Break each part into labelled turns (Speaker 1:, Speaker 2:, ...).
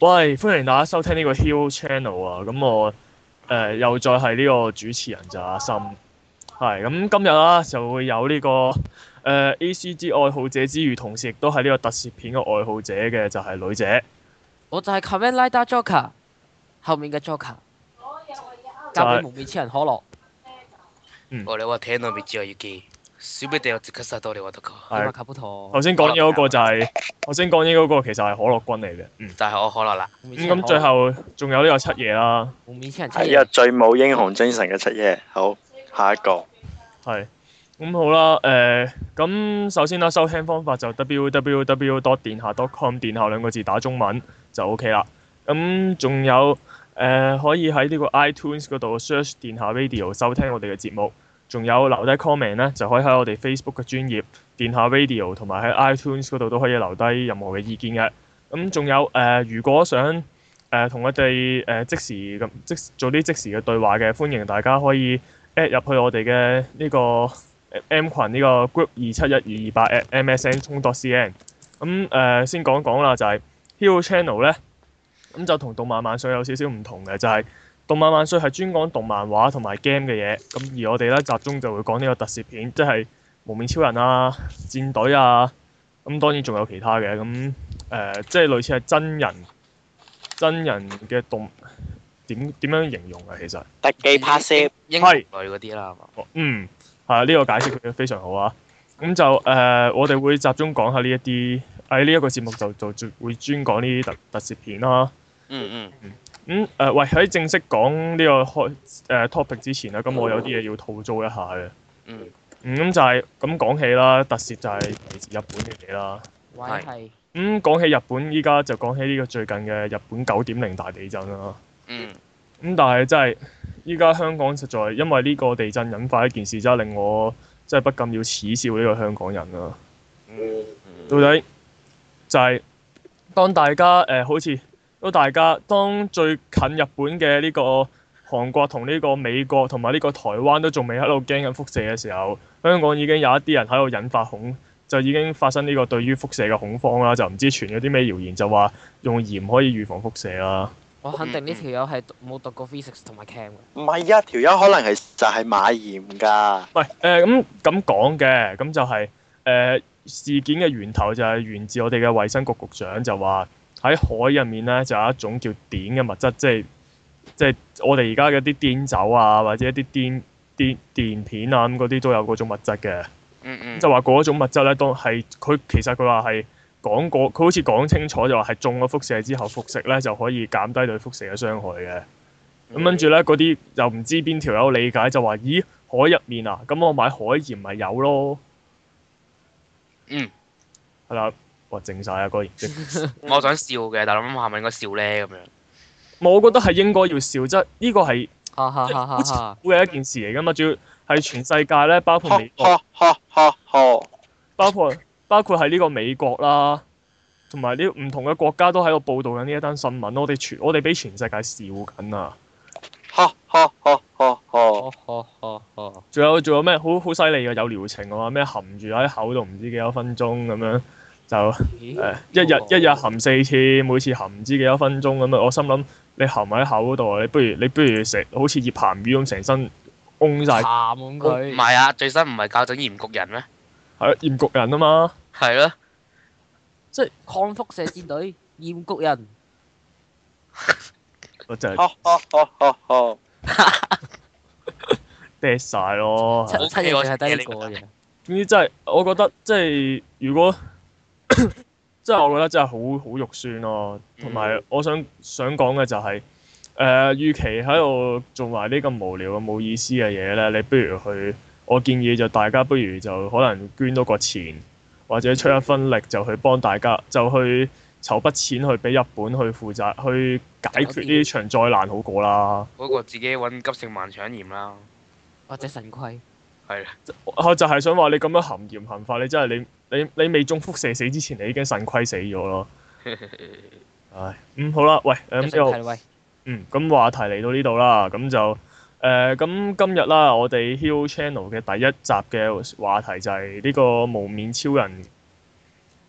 Speaker 1: 喂，歡迎大家收聽呢個 Hill Channel 啊！咁我誒、呃又再係呢個主持人就阿森，係咁今日啦就會有呢、個誒、呃 ACG 愛好者之餘，同時亦都係呢個特攝片嘅愛好者嘅就係、女姐，
Speaker 2: 我就係 Kamen Rider Joker 後面嘅 Joker，交俾蒙面超人可樂。
Speaker 3: 我哋話聽到未知我要記，小俾地我即刻殺到你話得
Speaker 1: 係
Speaker 3: 㗎。
Speaker 2: 係卡布陀。
Speaker 1: 頭先講嘢嗰個就係、頭先講嘢嗰個其實係可樂君嚟嘅，嗯。
Speaker 3: 但係我可樂啦，
Speaker 2: 蒙面
Speaker 1: 咁
Speaker 2: 超人
Speaker 1: 咁最
Speaker 2: 可樂
Speaker 1: 後仲有呢個七夜啦，
Speaker 2: 蒙面超人出
Speaker 4: 係啊，
Speaker 2: 現。
Speaker 4: 最冇英雄精神嘅七夜。好，下一個。
Speaker 1: 係。咁好啦，誒、咁首先啦，收聽方法就 www dot 電下 dot com 電下兩個字打中文就 OK 啦。咁仲有誒、可以喺呢個 iTunes 嗰度 search 電下 radio 收聽我哋嘅節目，仲有留低 comment 咧，就可以喺我哋 Facebook 嘅專頁電下 radio 同埋喺 iTunes 嗰度都可以留低任何嘅意見嘅。咁仲有誒、如果想誒同、我哋誒、即時咁即做啲即時嘅對話嘅，歡迎大家可以 at 入去我哋嘅呢個呃 M 群呢個 group 二七一二二八 at MSN 衝 dot CN。咁誒、呃先講講啦，就係、Hill Channel 咧，咁就同動漫萬歲有少少唔同嘅，就係、動漫萬歲係專講動漫畫同埋 game 嘅嘢，咁而我哋咧集中就會講呢個特攝片，即係無面超人啊、戰隊啊，咁當然仲有其他嘅，咁誒、呃即係類似係真人真人嘅動點點樣形容啊，其實。
Speaker 4: 特技拍攝，
Speaker 3: 英雄類嗰啲啦，係嘛？
Speaker 1: 嗯，係啊，呢、個解釋佢非常好啊。咁就誒、呃我哋會集中講下呢一啲喺呢一個節目就就就會專講呢啲特特攝片啦。
Speaker 3: 嗯嗯，
Speaker 1: 咁、誒、喂喺正式講呢個開誒、呃 topic 之前咧，咁我有啲嘢要吐槽一下嘅。
Speaker 3: 嗯。
Speaker 1: 嗯，咁就係咁講起啦，特攝就係嚟自日本嘅嘢啦。
Speaker 2: 喂
Speaker 3: 係
Speaker 2: 係。
Speaker 1: 咁、講起日本，依家就講起呢個最近嘅日本九點零大地震啦。
Speaker 3: 嗯
Speaker 1: 咁但係真係依家香港實在因為呢個地震引發一件事，真係令我真係不禁要恥笑呢個香港人啊！
Speaker 3: 嗯
Speaker 1: 到底就係、當大家誒、呃好似當大家當最近日本嘅呢個韓國同呢個美國同埋呢個台灣都仲未喺度驚緊輻射嘅時候，香港已經有一啲人喺度引發恐，就已經發生呢個對於輻射嘅恐慌啦，就唔知傳咗啲咩謠言，就話用鹽可以預防輻射啊啦。
Speaker 2: 我肯定呢條友係冇讀過 physics 同埋 chem 嘅。
Speaker 4: 唔係啊，條友可能係就係買鹽㗎。
Speaker 1: 唔係誒咁咁講嘅，咁就係、誒、事件嘅源頭就係源自我哋嘅衛生局局長就話喺海入面咧就有一種叫碘嘅物質，即係即係我哋而家嗰啲碘酒啊，或者一啲碘碘碘片啊咁嗰啲都有嗰種物質嘅。
Speaker 3: 嗯嗯，
Speaker 1: 就話嗰種物質咧，當係佢其實佢話係講過，佢好似講清楚就話係中咗輻射之後服食咧就可以減低對輻射嘅傷害嘅。
Speaker 3: 嗯
Speaker 1: 咁跟住咧，嗰啲又唔知邊條友理解就話：咦，海入面啊，咁我買海鹽咪有咯。
Speaker 3: 嗯，
Speaker 1: 係啦，哇，靜晒啊，果然。
Speaker 3: 我想笑嘅，但係諗下咪應該笑咧咁樣。
Speaker 1: 我覺得係應該要笑，即係呢個係
Speaker 2: 哈哈
Speaker 1: 即係
Speaker 2: 哈
Speaker 1: 好
Speaker 2: 哈
Speaker 1: 似
Speaker 2: 哈
Speaker 1: 好。嘅一件事嚟㗎嘛，仲要係全世界咧，包括
Speaker 4: 呵
Speaker 1: 美國。
Speaker 4: 呵呵呵呵，
Speaker 1: 包括包括係呢個美國啦，同埋呢唔同嘅國家都喺度報導緊呢一單新聞。我哋全我哋俾全世界笑緊啊！
Speaker 4: 呵呵呵呵呵。
Speaker 2: 哦哦哦哦。
Speaker 1: 仲有仲有咩好好犀利嘅有療程啊嘛？咩含住喺口度唔知幾多分鐘咁樣就誒、
Speaker 2: 咦
Speaker 1: 一日一日含四次，每次含唔知幾多分鐘咁樣。我心諗你含喺口度，你不如你不如成好似醃鹹魚咁成身嗡晒
Speaker 2: 鹹，咁
Speaker 1: 哦
Speaker 3: 唔
Speaker 2: 佢。
Speaker 3: 係啊，最新唔係教整鹽焗人咩？
Speaker 1: 係鹽焗人啊嘛！
Speaker 3: 係咯，
Speaker 2: 抗輻射戰隊厭谷人。
Speaker 1: 我真係
Speaker 4: 呵呵呵呵呵，
Speaker 1: 嗲晒咯。係
Speaker 2: 七
Speaker 3: 好
Speaker 2: 七嘢係得呢個嘅。
Speaker 1: 總之真係，我覺得即係如果 即係我覺得真係好好肉酸咯、同埋我想想講嘅就係、誒，與其喺度做埋呢咁無聊嘅冇意思嘅嘢咧，你不如去，我建議就大家不如就可能捐多個錢，或者出一分力就去幫大家，就去籌筆錢去俾日本去負責去解決呢場災難好過啦。
Speaker 3: 嗰個自己揾急性盲腸炎啦，
Speaker 2: 或者神龜。
Speaker 3: 係啦，
Speaker 1: 我就係想話你咁樣含鹽含法，你真係你你你未中輻射死之前，你已經腎虧死咗咯。唉，嗯好啦，喂，咁
Speaker 2: 入
Speaker 1: 呢
Speaker 2: 神
Speaker 1: 度
Speaker 2: 係喂。
Speaker 1: 嗯咁話題嚟到呢度啦，咁就呃誒咁、今日啦，我哋 Hill Channel 嘅第一集嘅話題就係呢個無面超人呢、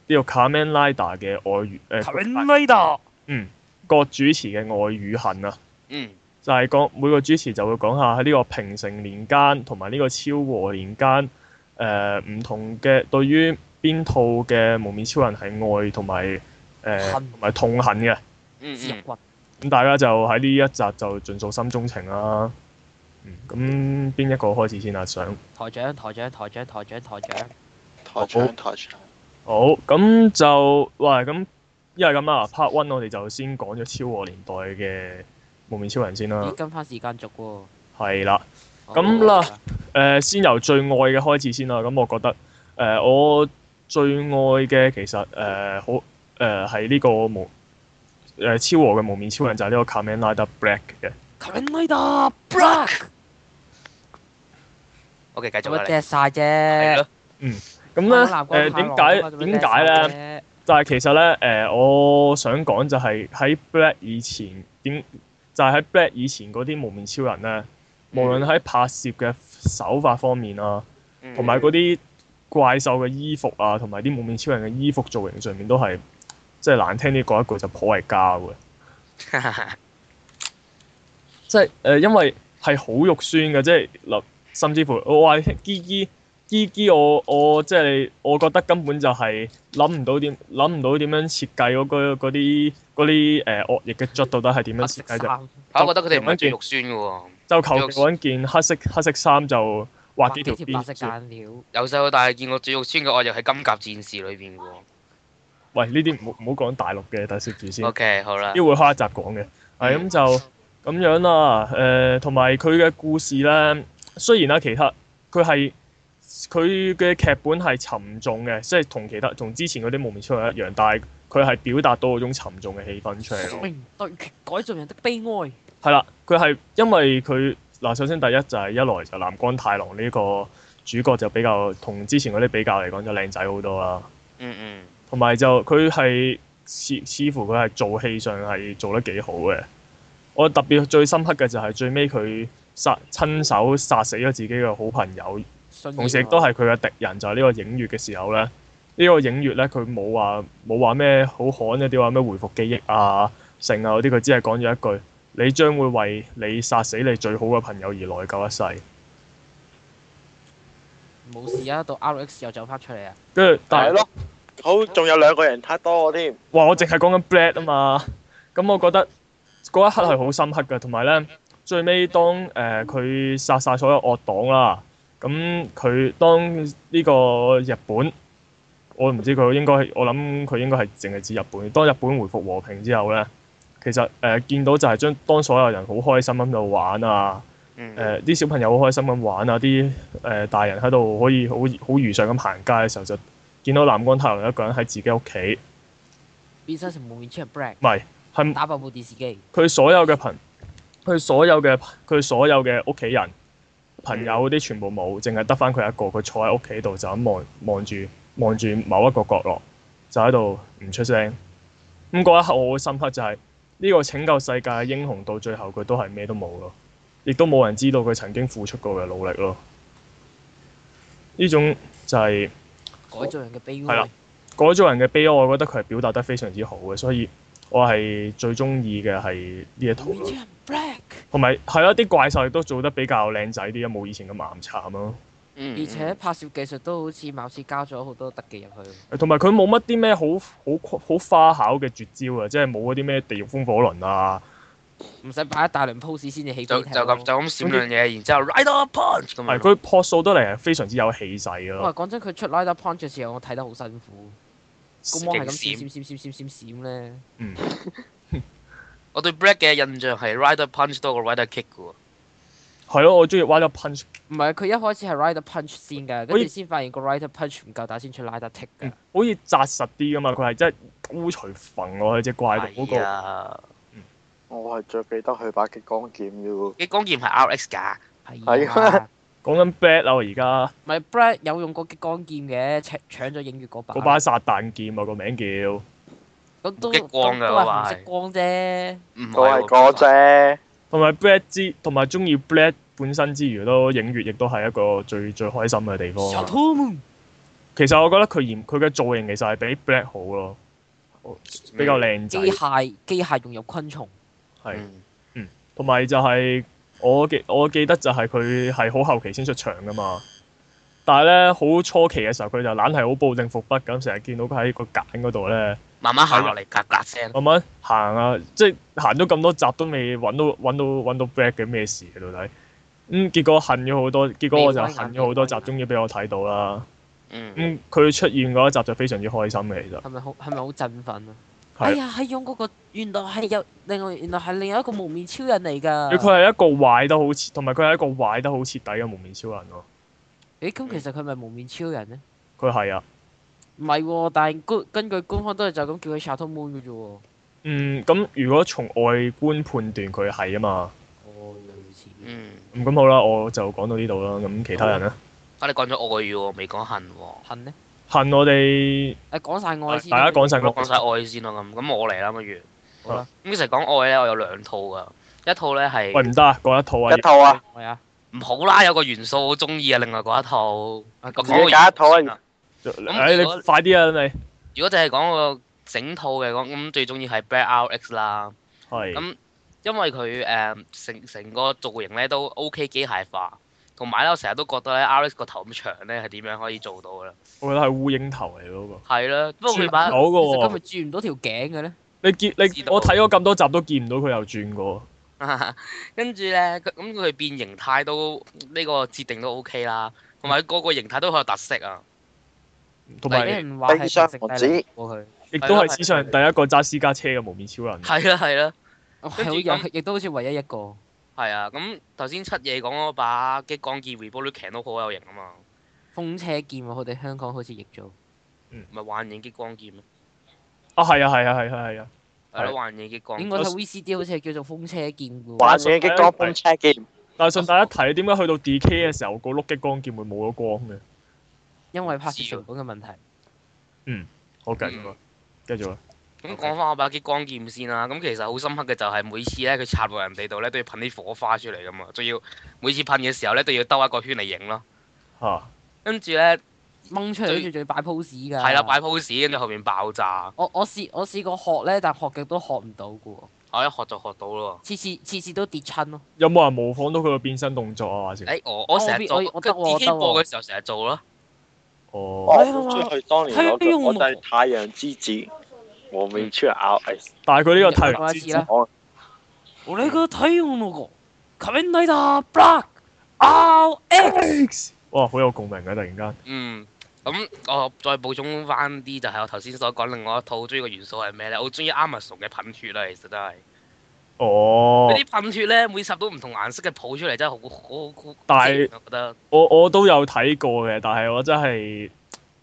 Speaker 1: 個 Kamen Rider 嘅外遇誒、
Speaker 2: Rider。
Speaker 1: 嗯。各主持嘅愛與恨啊，
Speaker 3: 嗯，
Speaker 1: 就係講每個主持就會講下喺呢個平成年間同埋呢個超和年間誒唔同嘅對於邊套嘅蒙面超人係愛同埋誒
Speaker 2: 恨
Speaker 1: 同埋痛恨嘅。
Speaker 3: 嗯
Speaker 2: 之入
Speaker 3: 嗯，
Speaker 2: 骨。
Speaker 1: 咁大家就喺呢一集就盡訴心中情啦。嗯咁邊一個開始先啊？想
Speaker 2: 台長，台長，台長，台長，台長。
Speaker 4: 台
Speaker 1: 好
Speaker 4: 長台長，
Speaker 1: 好咁就喂咁，因為咁啦，Part One 我哋就先講咗超和年代嘅蒙面超人先啦
Speaker 2: 咦，，跟翻時間軸喎。
Speaker 1: 係啦。
Speaker 2: 哦
Speaker 1: 咁啦，誒、呃先由最愛嘅開始先啦。咁我覺得誒、呃我最愛嘅其實誒、呃好誒係呢個無誒、超和嘅蒙面超人就係呢個 Kamen Rider Black 嘅。
Speaker 2: Kamen Rider Black，
Speaker 3: ，OK，繼
Speaker 2: 做
Speaker 3: 續啦
Speaker 2: 乜
Speaker 3: 你，
Speaker 2: 啫啊晒
Speaker 3: 係
Speaker 2: 啫
Speaker 3: 咯？，
Speaker 1: 咁啊咧誒點解點解咧？
Speaker 2: 咧？
Speaker 1: 就係其實咧，誒、我想講就係喺 Black 以前點，就係、喺 Black 以前嗰啲無面超人咧，無論喺拍攝嘅手法方面啊，
Speaker 3: 嗯
Speaker 1: 同 埋嗰啲怪獸嘅衣服啊，同埋啲無面超人嘅衣服造型上面都係，即係難聽啲講一句就頗為膠嘅，即係誒、因為係好肉酸嘅，即係嗱，甚至乎我話依依依依我我即係我覺得根本就係諗唔到點諗唔到點樣設計嗰、個嗰啲嗰啲誒惡意嘅卒到底係點樣設計就
Speaker 3: 啊我覺得佢哋唔係
Speaker 1: 跟
Speaker 3: 最
Speaker 1: 住
Speaker 3: 肉酸嘅喎，
Speaker 1: 就求其揾件黑色黑色衫就畫幾條
Speaker 2: 條白色
Speaker 1: 邊。
Speaker 2: 間料，
Speaker 3: 由細到大見過最肉酸嘅我又係金甲戰士裏邊嘅喎。
Speaker 1: 喂，呢啲唔好唔好講大陸嘅特攝住先，呢
Speaker 3: OK，好啦，
Speaker 1: 會開一集講嘅。係咁就咁樣啦。誒，同埋佢嘅故事咧，雖然啦，啊其他佢係佢嘅劇本係沉重嘅，即係同其他同之前嗰啲無面超人一樣，但係佢係表達到嗰種沉重嘅氣氛出嚟咯。
Speaker 2: 明對改造人的悲哀。
Speaker 1: 係啦，佢係因為佢嗱，首先第一就係一來就南光太郎呢個主角就比較同之前嗰啲比較嚟講就靚仔好多啦，
Speaker 3: 嗯嗯，
Speaker 1: 同埋就佢係似似乎佢係做戲上係做得幾好嘅。我特別最深刻嘅就係最尾佢殺親手殺死咗自己嘅好朋友，同時亦都係佢嘅敵人，就係、呢個影月嘅時候咧，呢、個影月咧佢冇話冇話咩好罕嗰啲話咩回復記憶啊、剩啊嗰啲，佢只係講咗一句：你將會為你殺死你最好嘅朋友而內疚一世。
Speaker 2: 冇事啊，到 RX 又走翻出嚟啊！
Speaker 1: 跟住但
Speaker 4: 係
Speaker 1: 係
Speaker 4: 咯，好，仲有兩個人太多添，
Speaker 1: 哇！我淨係講緊 Black 啊嘛，咁我覺得嗰一刻係好深刻嘅，同埋咧最尾當誒佢、殺晒所有惡黨啦，咁佢當呢個日本，我唔知佢應該我諗佢應該係淨係指日本。當日本回復和平之後咧，其實誒、呃、見到就係將當所有人好開心咁度玩啊，誒、
Speaker 3: 嗯
Speaker 1: 啲小朋友好開心咁玩啊，啲誒、呃大人喺度可以好好如常咁行街嘅時候，就見到南光太郎一個人喺自己屋企，
Speaker 2: 變身成無面超人 Black，
Speaker 1: 唔係係。
Speaker 2: 打爆部電視機，
Speaker 1: 佢所有嘅朋，佢所有嘅佢所有嘅屋企人、朋友嗰啲全部冇，淨係得翻佢一個。佢坐喺屋企度就咁望望住望住某一個角落，就喺度唔出聲。咁嗰一刻我好深刻就係、呢、個拯救世界嘅英雄到最後佢都係咩都冇咯，亦都冇人知道佢曾經付出過嘅努力咯。呢種就係、
Speaker 2: 改造人嘅悲
Speaker 1: 係啦
Speaker 2: 哀。
Speaker 1: 改造人嘅悲哀，我覺得佢係表達得非常之好嘅，所以我係最中意嘅係呢一套
Speaker 2: 無面
Speaker 1: 咯
Speaker 2: 超。人 Black，
Speaker 1: 同埋係咯，啲怪獸亦都做得比較靚仔啲啊，冇以前咁岩慘咯。
Speaker 3: 嗯，
Speaker 2: 而且拍攝技術都好似貌似加咗好多特技入去。
Speaker 1: 同埋佢冇乜啲咩好好好花巧嘅絕招啊，即係冇嗰啲咩地獄風火輪啊，
Speaker 2: 唔使擺一大輪 pose 先至起機啊
Speaker 3: 就就咁就
Speaker 2: 咁。
Speaker 3: 咁閃兩嘢，然之後 right on punch 咁
Speaker 1: 係
Speaker 3: 樣。
Speaker 1: 佢撲數得嚟係非常之有氣勢
Speaker 2: 喂，
Speaker 1: 咯。
Speaker 2: 啊講真，佢出 Rider Punch 嘅時候，我睇得好辛苦。個芒係咁閃閃
Speaker 3: 勁閃
Speaker 2: 閃閃閃閃閃咧，
Speaker 1: 嗯
Speaker 3: 我對 Black 嘅印象係 right on punch 多過 right on kick 嘅喎。
Speaker 1: 係咯，我中意 w i l Punch，
Speaker 2: 唔係佢一開始係 Rider Punch 先㗎，
Speaker 1: 可
Speaker 2: 跟
Speaker 1: 以
Speaker 2: 住先發現個 Rider Punch 唔夠打，先出 Rider Tick 㗎。
Speaker 1: 好似扎實啲噶嘛，佢係真係烏除焚我佢只怪盜嗰
Speaker 3: 係
Speaker 1: 個。
Speaker 3: 啊，
Speaker 4: 我係最記得佢把激光劍嘅
Speaker 3: 激光劍係 RX 㗎，
Speaker 2: 係
Speaker 4: 係
Speaker 2: 啊
Speaker 4: 啊，
Speaker 1: 講緊 Bad 啊，我而家
Speaker 2: 唔係 Brad 有用過激光劍嘅，搶搶咗影月嗰把。
Speaker 1: 嗰把撒旦劍啊，個名叫。
Speaker 2: 咁都
Speaker 3: 激光㗎
Speaker 2: 都
Speaker 3: 嗰
Speaker 2: 係
Speaker 3: 把
Speaker 2: 紅
Speaker 3: 係
Speaker 2: 色光啫。
Speaker 3: 唔係
Speaker 4: 都係
Speaker 3: 喎
Speaker 4: 嗰。啫。
Speaker 1: 同埋 Bad 之，同埋中意 Bad 本身之餘咯，影月亦都係一個最最開心嘅地方。
Speaker 2: Shadow Moon
Speaker 1: 其實我覺得佢嫌佢嘅造型其實係比 Black 好咯。比較靚
Speaker 2: 機
Speaker 1: 仔，
Speaker 2: 械機械融入昆蟲，
Speaker 1: 係
Speaker 3: 嗯
Speaker 1: 同埋就係我記我記得就係佢係好後期先出場噶嘛，但係咧好初期嘅時候佢就懶係好暴政伏筆咁，成日見到佢喺個揀嗰度咧
Speaker 3: 慢慢行落嚟，嘎嘎聲。
Speaker 1: 慢慢行啊，即係行咗咁多集都未揾到揾到揾到 Black 嘅咩事嘅到底，咁、嗯結果恨咗好多，結果我就恨咗好多集，終於俾我睇到啦。咁、
Speaker 3: 嗯，
Speaker 1: 佢出現嗰一集就非常之開心嘅，其實
Speaker 2: 係咪好係咪好振奮啊？哎
Speaker 1: 係。
Speaker 2: 呀，係用嗰個原來係有另外原來係另外一個蒙面超人嚟㗎。
Speaker 3: 啊
Speaker 1: 佢係一個壞得好徹，同埋佢係一個壞得好徹底嘅蒙面超人咯。
Speaker 2: 誒咁其實佢咪蒙面超人咧？
Speaker 1: 佢係啊，
Speaker 2: 唔係喎，但係官根據官方都係就咁叫佢 Shadow Moon 嘅啫喎。
Speaker 1: 嗯，咁如果從外觀判斷佢係啊嘛，
Speaker 2: 哦，原來如此。
Speaker 3: 嗯，
Speaker 1: 咁咁好啦，我就講到呢度啦。咁其他人咧，
Speaker 3: 啊，你講咗愛喎，未講恨喎。
Speaker 2: 恨咧？
Speaker 1: 恨我哋
Speaker 2: 誒講晒愛先。
Speaker 1: 大家講晒
Speaker 3: 啊我
Speaker 1: 我
Speaker 3: 講晒愛先咯，咁咁我嚟啦，不如。
Speaker 1: 好啦。
Speaker 3: 咁其實講愛咧，我有兩套噶，一套咧
Speaker 1: 喂唔
Speaker 3: 係
Speaker 1: 得啊，嗰一套啊
Speaker 4: 一，套啊，
Speaker 2: 係啊，
Speaker 3: 唔好啦，有個元素好中意啊，另外嗰一套。
Speaker 2: 啊
Speaker 3: 咁
Speaker 4: 自己揀一套啊
Speaker 1: 唉你快啲啊你，
Speaker 3: 如果就係講個整套嘅講，咁最中意係 Black RX 啦。
Speaker 1: 係
Speaker 3: 咁因為佢誒、呃成成個造型咧都 OK 機械化，同埋咧我成日都覺得咧 RX 個頭咁長咧係點樣可以做到嘅咧？
Speaker 1: 我覺得係烏蠅頭嚟嗰個，
Speaker 3: 係啦，不過佢
Speaker 1: 轉
Speaker 3: 把
Speaker 1: 唔到
Speaker 2: 其實佢
Speaker 1: 嘅
Speaker 2: 咪
Speaker 1: 喎。
Speaker 2: 轉唔到條頸嘅咧？
Speaker 1: 你見你
Speaker 3: 知道
Speaker 1: 我睇咗咁多集都見唔到佢又轉過，
Speaker 3: 跟住咧，佢咁佢變形態都呢、個設定都 OK 啦，
Speaker 1: 嗯
Speaker 3: 同埋個個形態都好有特色啊！
Speaker 1: 同
Speaker 2: 俾
Speaker 1: 埋
Speaker 2: 人話係
Speaker 4: 冰箱
Speaker 2: 食
Speaker 4: 防
Speaker 2: 帝
Speaker 4: 止
Speaker 2: 力過佢。
Speaker 1: 亦都係史上第一個揸私家車嘅無面超人。
Speaker 3: 係啦係啦，
Speaker 2: 哦
Speaker 3: 跟
Speaker 2: 係
Speaker 3: 住
Speaker 2: 好
Speaker 3: 咁
Speaker 2: 有，亦都好似唯一一個。
Speaker 3: 係啊！咁頭先七夜講嗰把激光劍 Revolution 都好有型啊嘛，
Speaker 2: 風車劍啊！我哋香港好似譯咗，
Speaker 3: 咪幻影激光劍咯，
Speaker 1: 啊係啊係啊係啊係啊，
Speaker 3: 係
Speaker 1: 係
Speaker 3: 咯幻影激光
Speaker 2: 應該
Speaker 3: 劍
Speaker 1: 我
Speaker 2: 睇 VCD 好似係叫做風車劍嘅
Speaker 4: 玩
Speaker 2: 喎。
Speaker 4: 嘢激光風車劍，
Speaker 1: 但係順
Speaker 3: 啊
Speaker 1: 帶一提，點解去到 D.K. 嘅時候個碌激光劍會冇咗光嘅？
Speaker 2: 因為拍攝
Speaker 3: 知喎
Speaker 2: 成本嘅問題。
Speaker 1: 好繼
Speaker 3: 嗯
Speaker 1: 續啦，啊繼續啦。
Speaker 3: 咁講翻我把激光劍先啦，咁其實好深刻嘅就係每次咧佢插落人哋度咧都要噴啲火花出嚟噶嘛，仲要每次噴嘅時候咧都要兜一個圈嚟影咯，
Speaker 1: 嚇。
Speaker 3: 跟住咧
Speaker 2: 掹出嚟
Speaker 3: 最
Speaker 2: 跟住仲要擺 pose 㗎。
Speaker 3: 係啦擺 pose，跟住後面爆炸，
Speaker 2: 我我試我試過學咧，但學極都學唔到嘅喎，
Speaker 3: 我一學就學到咯
Speaker 2: 次次次次都跌親咯。
Speaker 1: 有冇人模仿到佢個變身動作啊？話
Speaker 3: 喎。
Speaker 1: 先
Speaker 3: 誒、哎我我成日做，
Speaker 2: 哦我我我得喎
Speaker 3: 佢 D
Speaker 2: 我得
Speaker 3: K
Speaker 2: 喎
Speaker 3: 播嘅時候成日做咯，
Speaker 4: 我
Speaker 1: 哦，
Speaker 4: 好中意佢當年嗰
Speaker 2: 啊係啊
Speaker 4: 個，
Speaker 2: 用
Speaker 4: 我就係太陽之子，我未出咬，
Speaker 2: 嗯
Speaker 4: 哎
Speaker 1: 但係佢呢個太
Speaker 2: 講
Speaker 1: 陽
Speaker 2: 一
Speaker 1: 之
Speaker 2: 次
Speaker 1: 子，
Speaker 2: 啦。
Speaker 4: 我
Speaker 2: 我呢個體用嗰個卡面拉達 black R X
Speaker 1: 哇，好有共鳴嘅啊突然間。
Speaker 3: 嗯。咁我再補充翻啲就係我頭先所講另外一套中意嘅元素係咩咧？我中意 Amazon 嘅噴血啦，其實真係
Speaker 1: 哦
Speaker 3: 嗰，啲噴血咧，每集都唔同顏色嘅抱出嚟，真係好好好好
Speaker 1: 但
Speaker 3: 正
Speaker 1: 係
Speaker 3: 啊我覺得
Speaker 1: 我我都有睇過嘅，但係我真係，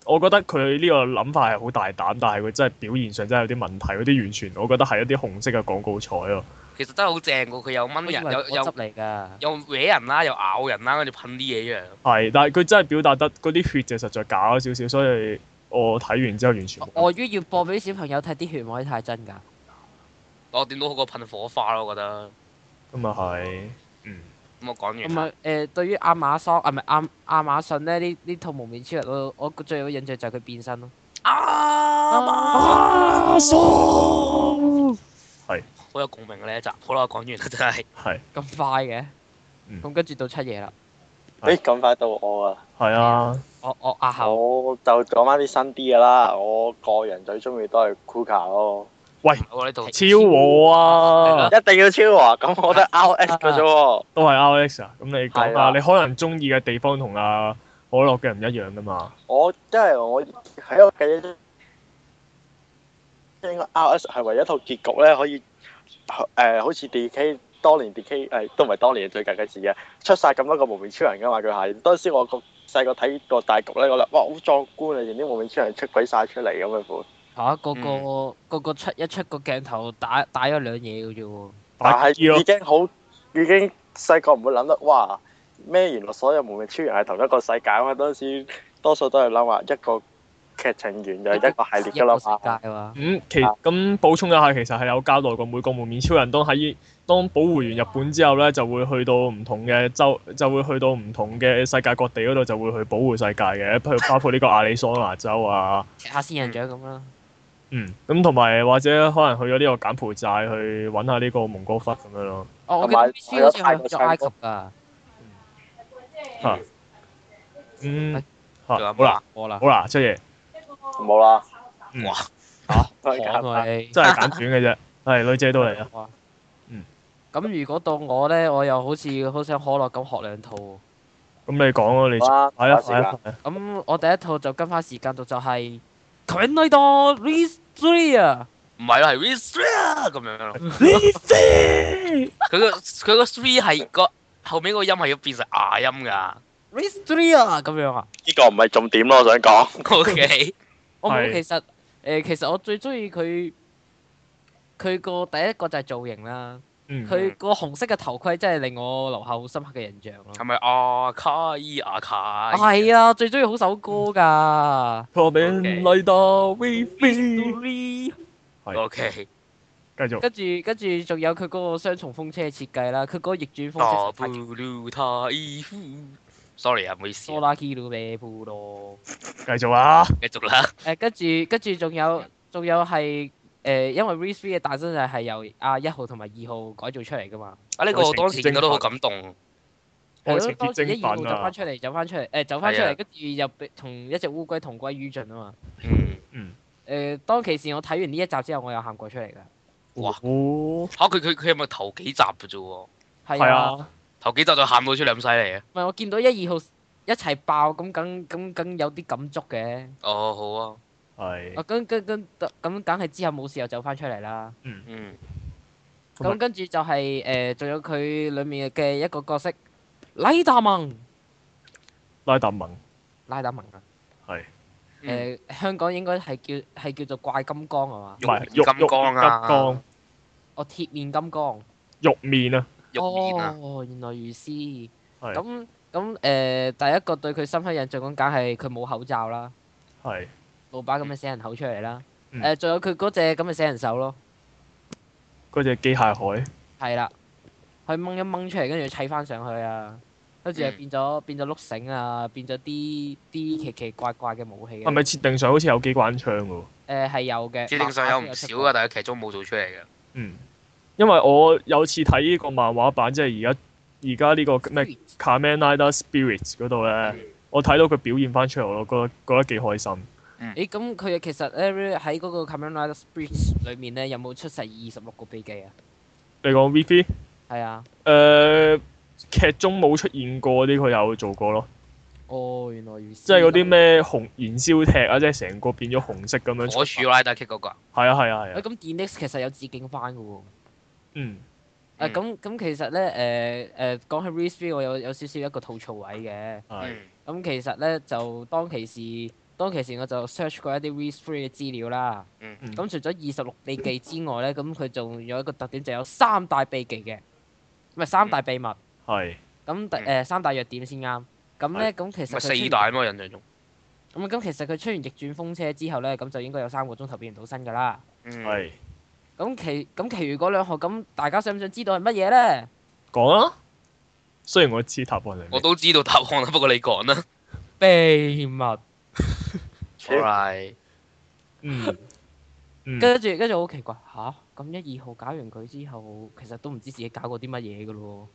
Speaker 1: 我覺得佢呢個諗法係好大膽，但係佢真係表現上真係有啲問題，嗰啲完全我覺得係一啲紅色嘅廣告彩咯。
Speaker 3: 其實真係好正喎，佢有掹
Speaker 2: 我以為
Speaker 3: 人，
Speaker 2: 果
Speaker 3: 有有
Speaker 2: 汁嚟㗎。
Speaker 3: 又搲人啦，又咬人啦，跟住噴啲嘢出嚟。
Speaker 1: 係，但係佢真係表達得嗰啲血就實在假咗少少，所以我睇完之後完全冇。
Speaker 2: 礙於要播俾小朋友睇，啲血唔可以太真㗎。
Speaker 3: 我點都好過噴火花咯，我覺得。
Speaker 1: 咁啊係，嗯，
Speaker 3: 咁我講
Speaker 2: 唔
Speaker 3: 完啦。
Speaker 2: 係誒，呃對於亞馬桑啊，唔係亞亞馬遜咧，呢呢套蒙面超人，我我最有印象就係佢變身咯。
Speaker 3: 啊！
Speaker 1: 啊，
Speaker 3: 好有共鳴嘅呢一集。好啦，我講完啦，真係。
Speaker 1: 係
Speaker 2: 咁快嘅
Speaker 1: 嗯，
Speaker 2: 咁跟住到七夜啦。
Speaker 4: 誒哎咁快到我啊！
Speaker 1: 係啊，
Speaker 2: 我我阿後
Speaker 4: 我就講翻啲新啲嘅啦，我個人最中意都係 Kuka 咯，
Speaker 3: 我呢度
Speaker 1: 超我啊！
Speaker 4: 一定要超啊！咁我覺得 RS 嘅啫喎，
Speaker 1: 都係 RX 啊！咁你講
Speaker 4: 係啊
Speaker 1: 下，你可能中意嘅地方同阿可樂嘅唔一樣噶嘛？
Speaker 4: 我因為我喺我記憶中，應該 RS 係唯一一套結局咧可以誒、好似 DK 當年 DK 誒、都唔係當年最近嘅事嘅，出晒咁多個無面超人噶嘛佢係，當時我個細個睇個大局咧，我覺得哇好壯觀啊！連啲無面超人出鬼晒出嚟咁嘅款，
Speaker 2: 嚇個個個個出一出個鏡頭打打咗兩嘢嘅啫喎。
Speaker 4: 但
Speaker 1: 打機
Speaker 4: 係
Speaker 1: 咯
Speaker 4: 已，經好已經細個唔會諗得哇咩原來所有無面超人係同一個世界啊嘛，當時多數都係諗話一個劇情完就一個系列㗎啦嘛。
Speaker 2: 一個世界嘛。
Speaker 1: 咁嗯其
Speaker 4: 啊
Speaker 1: 咁補充一下，其實係有交代過每個蒙面超人當喺當保護完日本之後咧，就會去到唔同嘅州，就會去到唔同嘅世界各地嗰度， 就會去保護世界嘅，譬如包括呢個亞利桑那州啊，
Speaker 2: 踢下仙人掌咁啦。
Speaker 1: 嗯，咁同埋或者可能去咗呢個柬埔寨去揾下呢個蒙哥窟咁樣咯。
Speaker 2: 哦，我記得 BBC 好似去咗埃及㗎，
Speaker 1: 嚇啊嗯，嚇
Speaker 3: 仲有
Speaker 1: 好
Speaker 3: 冇
Speaker 1: 啦
Speaker 3: 啊，
Speaker 2: 我啦
Speaker 1: 好，啦，出嘢
Speaker 4: 冇啦，
Speaker 1: 嗯
Speaker 3: 哇！
Speaker 4: 都係簡單
Speaker 2: 講你。
Speaker 1: 真係簡短嘅啫。係啊女姐都嚟啦。
Speaker 2: 哇
Speaker 1: 嗯
Speaker 2: 咁如果到我咧，我又好似好想可樂咁學兩套喎。
Speaker 1: 咁你講咯，你
Speaker 4: 好啦，
Speaker 1: 係啊
Speaker 4: 打時
Speaker 1: 係
Speaker 4: 間
Speaker 1: 啊係啊，
Speaker 2: 咁我第一套就跟翻時間度就係《強女檔 Re Three》啊，
Speaker 3: 唔係啦，係 Restria 咁樣咯。
Speaker 1: 呢
Speaker 3: 佢個佢個 three 係個後面嗰個音係要變成牙音㗎。
Speaker 2: 《Re Three》啊咁樣啊。
Speaker 4: 呢個唔係重點咯，我想講
Speaker 3: O K，
Speaker 2: 我冇
Speaker 1: 係
Speaker 2: 其實誒、其實我最中意佢佢個第一個就係造型啦，
Speaker 1: 嗯
Speaker 2: 佢個紅色嘅頭盔真係令我留下好深刻嘅印象咯。
Speaker 3: 係咪啊卡伊啊卡？
Speaker 2: 係啊，最中意好首歌㗎。
Speaker 1: 我俾嚟到 We Free。
Speaker 2: Three
Speaker 3: O K，
Speaker 1: 繼續。
Speaker 2: 跟住跟住仲有佢嗰個雙重風車嘅設計啦，佢嗰個逆轉
Speaker 3: 大
Speaker 2: 風車實在
Speaker 3: 布魯太夫。Sorry 啊，唔好意思
Speaker 2: 多
Speaker 3: 啊，
Speaker 2: 啦 K 魯咩布咯。
Speaker 1: 繼續啊！
Speaker 3: 繼續啦。
Speaker 2: 誒，跟住跟住仲有仲有係誒，因為 Re Three 嘅誕生就係由阿一號同埋二號改造出嚟㗎嘛。
Speaker 3: 啊，呢個我當時見到都好感動。
Speaker 1: 愛哦情結
Speaker 2: 係
Speaker 1: 晶粉
Speaker 2: 咯當時一二號走
Speaker 1: 啊
Speaker 2: 翻！出嚟，走翻出嚟，誒走翻出
Speaker 3: 係啊
Speaker 2: 嚟，跟住又俾同一隻烏龜同歸於盡啊嘛。
Speaker 3: 嗯，
Speaker 2: 誒，當其時我睇完呢一集之後，我有喊過出嚟㗎。
Speaker 3: 哇
Speaker 1: 哦，
Speaker 3: 嚇佢佢佢係咪頭幾集嘅啫喎？
Speaker 2: 係
Speaker 1: 係
Speaker 2: 啊，
Speaker 1: 啊，
Speaker 3: 頭幾集就喊到出嚟咁犀利啊！
Speaker 2: 唔係我見到一二號一齊爆，咁梗咁梗有啲感觸嘅。
Speaker 3: 哦，好啊，
Speaker 1: 係
Speaker 2: 啊，咁咁咁咁梗係之後冇事又走翻出嚟啦。
Speaker 3: 嗯，
Speaker 1: 同埋
Speaker 2: 咁跟住就係、誒，仲、有佢裡面嘅一個角色，拉達文，
Speaker 1: 拉達文
Speaker 2: 拉達文啊，
Speaker 1: 係
Speaker 2: 誒、
Speaker 3: 嗯
Speaker 2: 香港應該係叫係叫做怪金剛啊嘛，
Speaker 1: 唔係
Speaker 3: 玉金剛
Speaker 1: 金剛
Speaker 3: 啊，
Speaker 2: 哦鐵面金剛，
Speaker 1: 玉面啊，
Speaker 3: 玉面啊，
Speaker 2: 哦原來如斯，咁
Speaker 1: 係
Speaker 2: 咁誒、第一個對佢深刻印象咁梗係佢冇口罩啦，
Speaker 1: 係
Speaker 2: 老闆
Speaker 3: 嗯
Speaker 2: 咁嘅死人口出嚟啦，誒、
Speaker 1: 嗯
Speaker 2: 仲有佢嗰隻咁嘅死人手咯，
Speaker 1: 嗰只機械海
Speaker 2: 係啦，佢掹一掹出嚟，跟住砌翻上去啊。跟住又
Speaker 3: 嗯
Speaker 2: 變咗變咗碌繩啊，變咗啲啲奇奇怪怪嘅武器啊
Speaker 1: 係咪設定上好似有機關槍嘅喎？
Speaker 2: 誒係有嘅，
Speaker 3: 指定上有唔少
Speaker 2: 啊。
Speaker 3: 啊，但係劇中冇做出嚟嘅。
Speaker 1: 嗯，因為我有次睇呢個漫畫版，即係而家而家呢個咩
Speaker 2: Spirit
Speaker 1: Kamen Rider Spirits 嗰度
Speaker 3: 嗯
Speaker 1: 咧，我睇到佢表現翻出嚟，我覺得覺得幾開心。
Speaker 2: 咦，咁佢其實咧喺嗰個《Kamen Rider Spirits》裏面咧，有冇出世二十六個秘技啊？
Speaker 1: 你講 V V
Speaker 2: 係啊，
Speaker 1: 誒劇中冇出現過嗰啲，佢有做過咯，
Speaker 2: 哦，原來如此。
Speaker 1: 即係嗰啲？咩紅燃燒踢啊，即係成個變咗紅色咁樣出
Speaker 3: 嗯火柱拉打 kick 嗰個啊，
Speaker 1: 係啊係啊係
Speaker 2: 喂，
Speaker 1: 啊，
Speaker 2: 咁 d n x 其實有致敬翻嘅喎。
Speaker 1: 嗯
Speaker 2: 誒
Speaker 3: 嗯
Speaker 2: 咁咁其實咧誒誒講起 r e s e 我有有少少一個吐槽位嘅。
Speaker 1: 係
Speaker 3: 嗯
Speaker 2: 咁其實咧就當其時當其時我就 search 過一啲 r e s e 嘅資料啦。
Speaker 3: 嗯
Speaker 1: 嗯
Speaker 2: 咁除咗二十六秘技之外咧，咁佢仲有一個特點就有三大秘技嘅，唔係三大秘密。
Speaker 1: 係
Speaker 2: 咁第
Speaker 3: 嗯
Speaker 2: 誒三大弱點先啱。咁咧咁其實
Speaker 3: 咪
Speaker 2: 佢出
Speaker 3: 四
Speaker 2: 完
Speaker 3: 大啊嘛，印象中。
Speaker 2: 咁咁其實佢出完逆轉風車之後咧，咁就應該有三個鐘頭變唔到身㗎啦。
Speaker 3: 嗯，
Speaker 1: 係
Speaker 2: 咁其咁其餘嗰兩項，咁大家想唔想知道係乜嘢咧？
Speaker 1: 講啊！雖然我知答案嚟
Speaker 3: 我
Speaker 1: 咩，
Speaker 3: 都知道答案啦，不過你 講啦。
Speaker 2: 秘密。
Speaker 3: All right，
Speaker 1: 嗯嗯
Speaker 2: 跟住跟住好奇怪吓，咁一二號搞完佢之後，其實都唔知自己搞過啲乜嘢㗎咯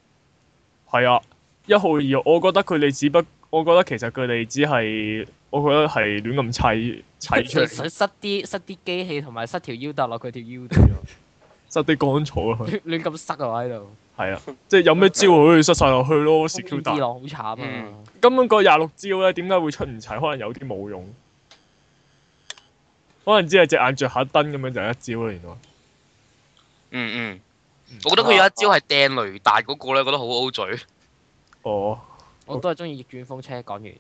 Speaker 1: 係啊，一號二號，我覺得佢哋只不，我覺得其實佢哋只係，我覺得係亂咁砌
Speaker 2: 喎。
Speaker 1: 砌
Speaker 2: 其
Speaker 1: 出嚟，
Speaker 2: 實塞啲塞啲機器同埋塞條腰搭落佢條腰度啫
Speaker 1: 塞啲乾草落 去，
Speaker 2: 喎，亂亂咁塞啊喺度。
Speaker 1: 係啊，即係有咩招好似塞晒落去咯
Speaker 2: 咁
Speaker 1: ，secure
Speaker 2: 變
Speaker 1: 大
Speaker 2: 智。朗好慘啊
Speaker 3: 嗯！
Speaker 1: 根本嗰廿六招咧，點解會出唔齊？可能有啲冇用，可能只係隻眼着下燈咁樣就一招啦。原來
Speaker 3: 嗯嗯，我覺得佢有一招係掟雷達嗰個咧，覺得好 O 嘴。
Speaker 1: 哦，
Speaker 2: 我都係中意逆轉風車。講完誒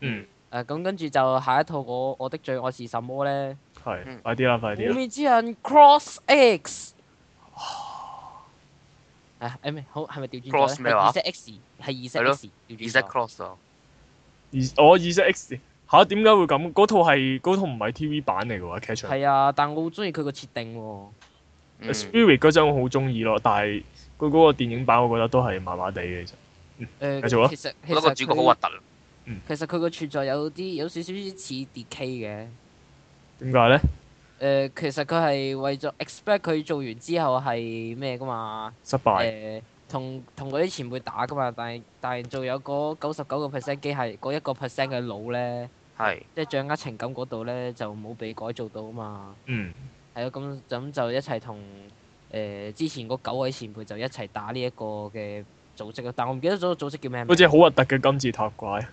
Speaker 1: 嗯，
Speaker 2: 咁跟住就下一套我我的最愛是什麼咧？
Speaker 1: 係
Speaker 3: 嗯
Speaker 1: 快啲啦，快啲
Speaker 2: 《
Speaker 1: 啦，
Speaker 2: 鬼滅之刃 Cross X》啊，誒咩好係咪調轉
Speaker 3: Cross
Speaker 2: 咗
Speaker 3: 咩
Speaker 2: 咧？係
Speaker 3: 話
Speaker 2: 二式 X，係二式
Speaker 3: 係咯
Speaker 2: X 調
Speaker 3: 二
Speaker 2: 轉
Speaker 3: set
Speaker 2: 咗。
Speaker 3: cross 啊，
Speaker 1: 而我意識哦 X 吓點解會咁？嗰套係嗰套唔係 TV 版嚟嘅喎，劇場。
Speaker 2: 係啊，但我好中意佢個設定喎。
Speaker 3: 嗯
Speaker 1: Spirit 嗰張我好中意咯，但係佢嗰個電影版我覺得都係麻麻地嘅，其實繼續啊
Speaker 2: 誒，其實其
Speaker 3: 覺得個
Speaker 2: 實
Speaker 3: 主角好核
Speaker 2: 佢
Speaker 3: 突。啊
Speaker 2: 其實佢個存在有啲有少少似 D K 嘅，
Speaker 1: 點解咧？
Speaker 2: 誒，其實佢係為咗 expect 佢做完之後係咩噶嘛？
Speaker 1: 失敗。
Speaker 2: 誒，同同嗰啲前輩打噶嘛，但係但係仲有嗰九十九個 percent 機械，嗰一個 percent 嘅腦咧，
Speaker 3: 係
Speaker 2: 即係掌握情感嗰度咧就冇被改造到啊嘛。
Speaker 1: 嗯，
Speaker 2: 係咯，咁咁就一齊同誒之前嗰九位前輩就一齊打呢一個嘅組織咯，但我唔記得咗個組織叫咩名
Speaker 1: 好，似好核突嘅金字塔怪。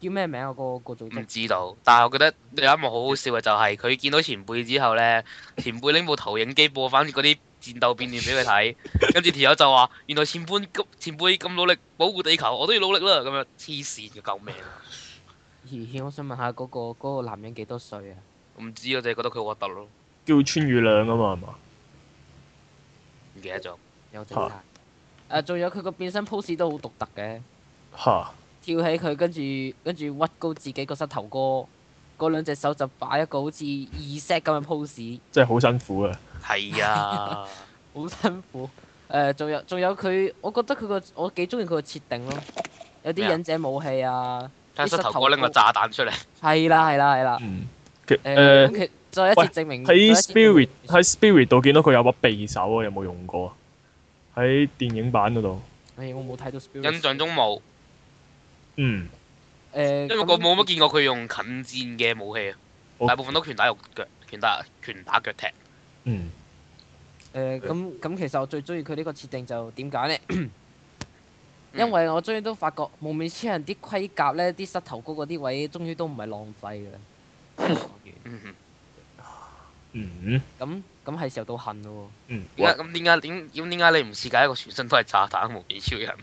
Speaker 2: 叫咩名啊？
Speaker 1: 嗯
Speaker 2: 個個組
Speaker 3: 唔
Speaker 2: 織
Speaker 3: 知道，但係我覺得有一幕好好笑嘅就係佢見到前輩之後咧， 前輩拎部投影機播翻嗰啲戰鬥片段俾佢睇， 跟住條友就話：原來前輩咁前輩咁努力保護地球，我都要努力啦！咁樣黐線嘅救命啊！
Speaker 2: 咦，我想問下嗰個嗰個男人幾多歲啊？
Speaker 3: 唔知我就係覺得佢核突咯，
Speaker 1: 叫穿越亮啊嘛，係嘛？
Speaker 3: 唔記得咗。
Speaker 2: 有整
Speaker 1: 啊
Speaker 2: 曬。誒，仲有佢個變身 pose 都好獨特嘅，
Speaker 1: 嚇！
Speaker 2: 跳起佢跟住跟住屈高自己個膝頭哥，嗰兩隻手就擺一個好似二 set 咁嘅 pose，
Speaker 1: 真係好辛苦啊！
Speaker 3: 係啊，
Speaker 2: 好辛苦。 誒、仲有仲有佢，我覺得佢個我幾中意佢個設定咯，有
Speaker 3: 咩
Speaker 2: 啲
Speaker 3: 啊
Speaker 2: 忍者武器啊，
Speaker 3: 睇膝頭哥拎個炸彈出嚟，
Speaker 2: 係啦係啦係啦。
Speaker 1: 嗯，其
Speaker 2: 誒，
Speaker 1: 誒
Speaker 2: 咁其再一次證明
Speaker 1: 喺
Speaker 2: 再一次證
Speaker 1: Spirit
Speaker 2: 明
Speaker 1: 喺 Spirit 度見到佢有把匕首啊，有冇用過啊？喺電影版嗰度。
Speaker 2: 唉我冇睇到 Spirit。
Speaker 3: 印象中冇，
Speaker 1: 嗯，
Speaker 2: 誒，
Speaker 3: 因為
Speaker 2: 咁
Speaker 3: 我冇乜見過佢用近戰嘅武器啊，
Speaker 1: 好
Speaker 3: 大部分都拳打肉腳，拳打拳打腳踢。
Speaker 1: 嗯，
Speaker 2: 誒咁咁，其實我最中意佢呢個設定就點解咧？
Speaker 3: 嗯
Speaker 2: 因為我終於都發覺無面超人啲盔甲咧，啲膝頭哥嗰啲位，終於都唔係浪費嘅啦。
Speaker 3: 嗯哼
Speaker 1: 嗯，
Speaker 2: 咁咁係時候到恨咯
Speaker 1: 嗯，
Speaker 3: 點
Speaker 1: 哇！
Speaker 3: 解咁點解點咁點解你唔設計一個全身都係炸彈無面超人？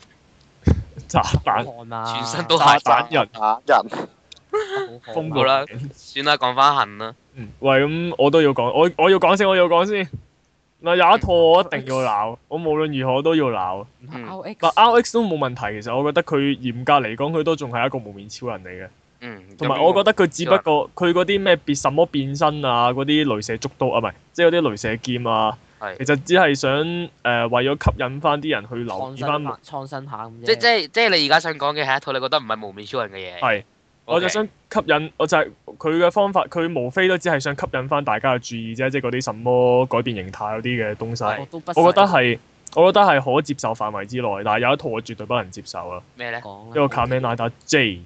Speaker 1: 炸
Speaker 2: 喎，
Speaker 1: 彈
Speaker 2: 好汗啊！
Speaker 3: 全身都
Speaker 1: 炸
Speaker 3: 係
Speaker 1: 彈人
Speaker 4: 打人
Speaker 2: 好
Speaker 1: 風
Speaker 2: 汗啊
Speaker 1: 暴
Speaker 3: 好啦算啦，講翻痕啦。
Speaker 1: 嗯，喂，咁我都要講，我我要講先，我要講先。嗱，有一套我一定要鬧，我無論如何都要鬧。
Speaker 2: 唔
Speaker 3: 嗯
Speaker 2: 係 RX
Speaker 1: 嗱，RX 都冇問題，其實我覺得佢嚴格嚟講，佢都仲係一個無面超人嚟嘅。
Speaker 3: 嗯，
Speaker 1: 同埋我覺
Speaker 3: 得
Speaker 1: 得佢只不過佢嗰啲咩變什麼變身啊，嗰啲雷射竹刀啊，唔係即係嗰啲雷射劍啊，其
Speaker 3: 係
Speaker 1: 實只係想誒、呃、為咗吸引翻啲人去留
Speaker 2: 創
Speaker 1: 意翻
Speaker 2: 新下，創新下咁啫。
Speaker 3: 即即即你而家想講嘅係一套你覺得唔係無面超人嘅嘢。
Speaker 1: 係，我就想吸引，我就係佢嘅方法，佢無非都只係想吸引翻大家嘅注意啫，即係嗰啲什麼改變形態嗰啲嘅東西，
Speaker 2: 我都不
Speaker 1: 我覺得
Speaker 2: 細
Speaker 1: 係我覺得係可接受範圍之內，但係有一套我絕對不能接受啊，
Speaker 3: 咩咧？
Speaker 2: 講
Speaker 1: 一
Speaker 2: 啦
Speaker 1: 個卡美拉打 J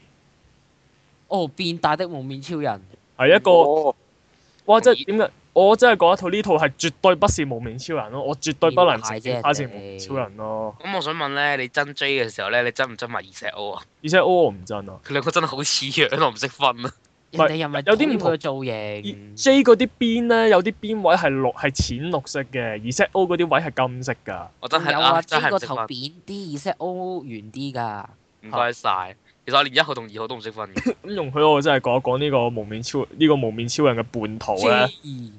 Speaker 2: 哦，變大的無面超人，
Speaker 1: 係一個
Speaker 4: 哦
Speaker 1: 哇！即係點解？我真係覺得套呢套係絕對不是無名超人咯，我絕對不能承認他是無名超人咯。
Speaker 3: 咁我想問咧，你真 J 嘅時候咧，你真唔真埋二石 O 啊？
Speaker 1: 而且 O 我唔真啊
Speaker 3: 佢兩個真係好似樣，我唔識分 啊。
Speaker 1: 唔
Speaker 2: 人
Speaker 1: 係
Speaker 2: 哋又咪
Speaker 1: 有啲唔
Speaker 2: 討厭佢嘅造型。
Speaker 1: ，J 嗰啲邊咧有啲邊位係綠係淺綠色嘅，而且 O 嗰啲位係金色㗎。
Speaker 3: 我真係
Speaker 2: 有啊
Speaker 3: 啊，
Speaker 2: ，J
Speaker 3: 真係
Speaker 2: 個
Speaker 3: 唔識
Speaker 2: 頭
Speaker 3: 分
Speaker 2: 扁。啲，而且 O 圓啲㗎。
Speaker 3: 唔該晒。其實我連一號同二號都唔識分 嘅。
Speaker 1: 咁容許我真係講一講呢個無面超呢、個無面超人嘅叛徒
Speaker 2: J
Speaker 1: 咧，
Speaker 2: 二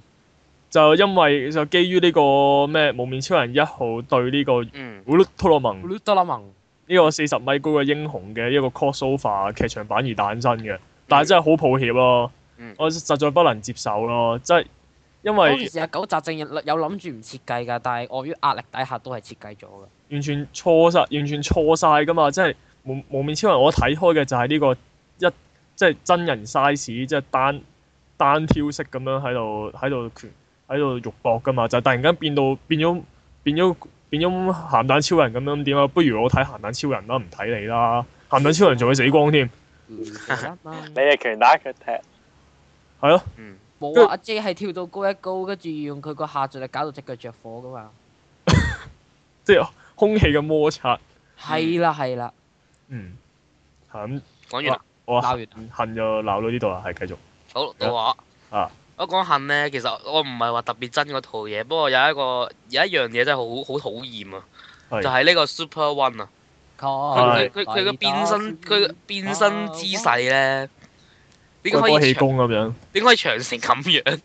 Speaker 1: 就因為就基於呢個咩無面超人一號對呢個
Speaker 3: 嗯，
Speaker 1: 烏魯托洛蒙
Speaker 2: b l u 啦蒙
Speaker 1: 呢個四十米高嘅英雄嘅一個 crossover 劇場版而誕生嘅，
Speaker 2: 嗯
Speaker 1: 但係真係好抱歉咯
Speaker 3: 嗯，
Speaker 1: 我實在不能接受咯，即係因
Speaker 2: 當其
Speaker 1: 為
Speaker 2: 時阿九澤正有諗住唔設計㗎，但係礙於壓力底下都係設計咗㗎。
Speaker 1: 完全錯晒，完全錯晒㗎嘛，即係無無面超人我睇開嘅就係呢個一即係真人 size，即係單單挑式咁樣喺度喺度拳喺度肉搏㗎嘛，就突然間變到變咗變咗變咗鹹蛋超人咁樣點啊？不如我睇鹹蛋超人啦，唔睇你啦，鹹蛋超人仲會死光添，
Speaker 4: 你係拳打腳踢，
Speaker 1: 係咯。
Speaker 3: 嗯，
Speaker 2: 冇啊！阿 J 係跳到高一高，跟住用佢個下墜力搞到只腳着火㗎嘛。
Speaker 1: 即係空氣嘅摩擦。
Speaker 2: 係啦係啦，
Speaker 1: 嗯，係咁，
Speaker 3: 講完啦。
Speaker 1: 我
Speaker 2: 鬧完
Speaker 1: 恨恨就鬧到呢度啦，係繼續。
Speaker 3: 好到我
Speaker 1: 啊
Speaker 3: 我講恨咧，其實我唔係話特別憎嗰套嘢，不過有一個有一樣嘢真係好好討厭啊，
Speaker 1: 係
Speaker 3: 就係呢個 Super One 啊，
Speaker 1: 係
Speaker 3: 佢
Speaker 2: 佢
Speaker 3: 佢佢嘅變身佢嘅變身姿勢咧，點解可
Speaker 1: 波
Speaker 3: 以
Speaker 1: 氣
Speaker 3: 長
Speaker 1: 功咁樣。
Speaker 3: 點解可以長成咁樣？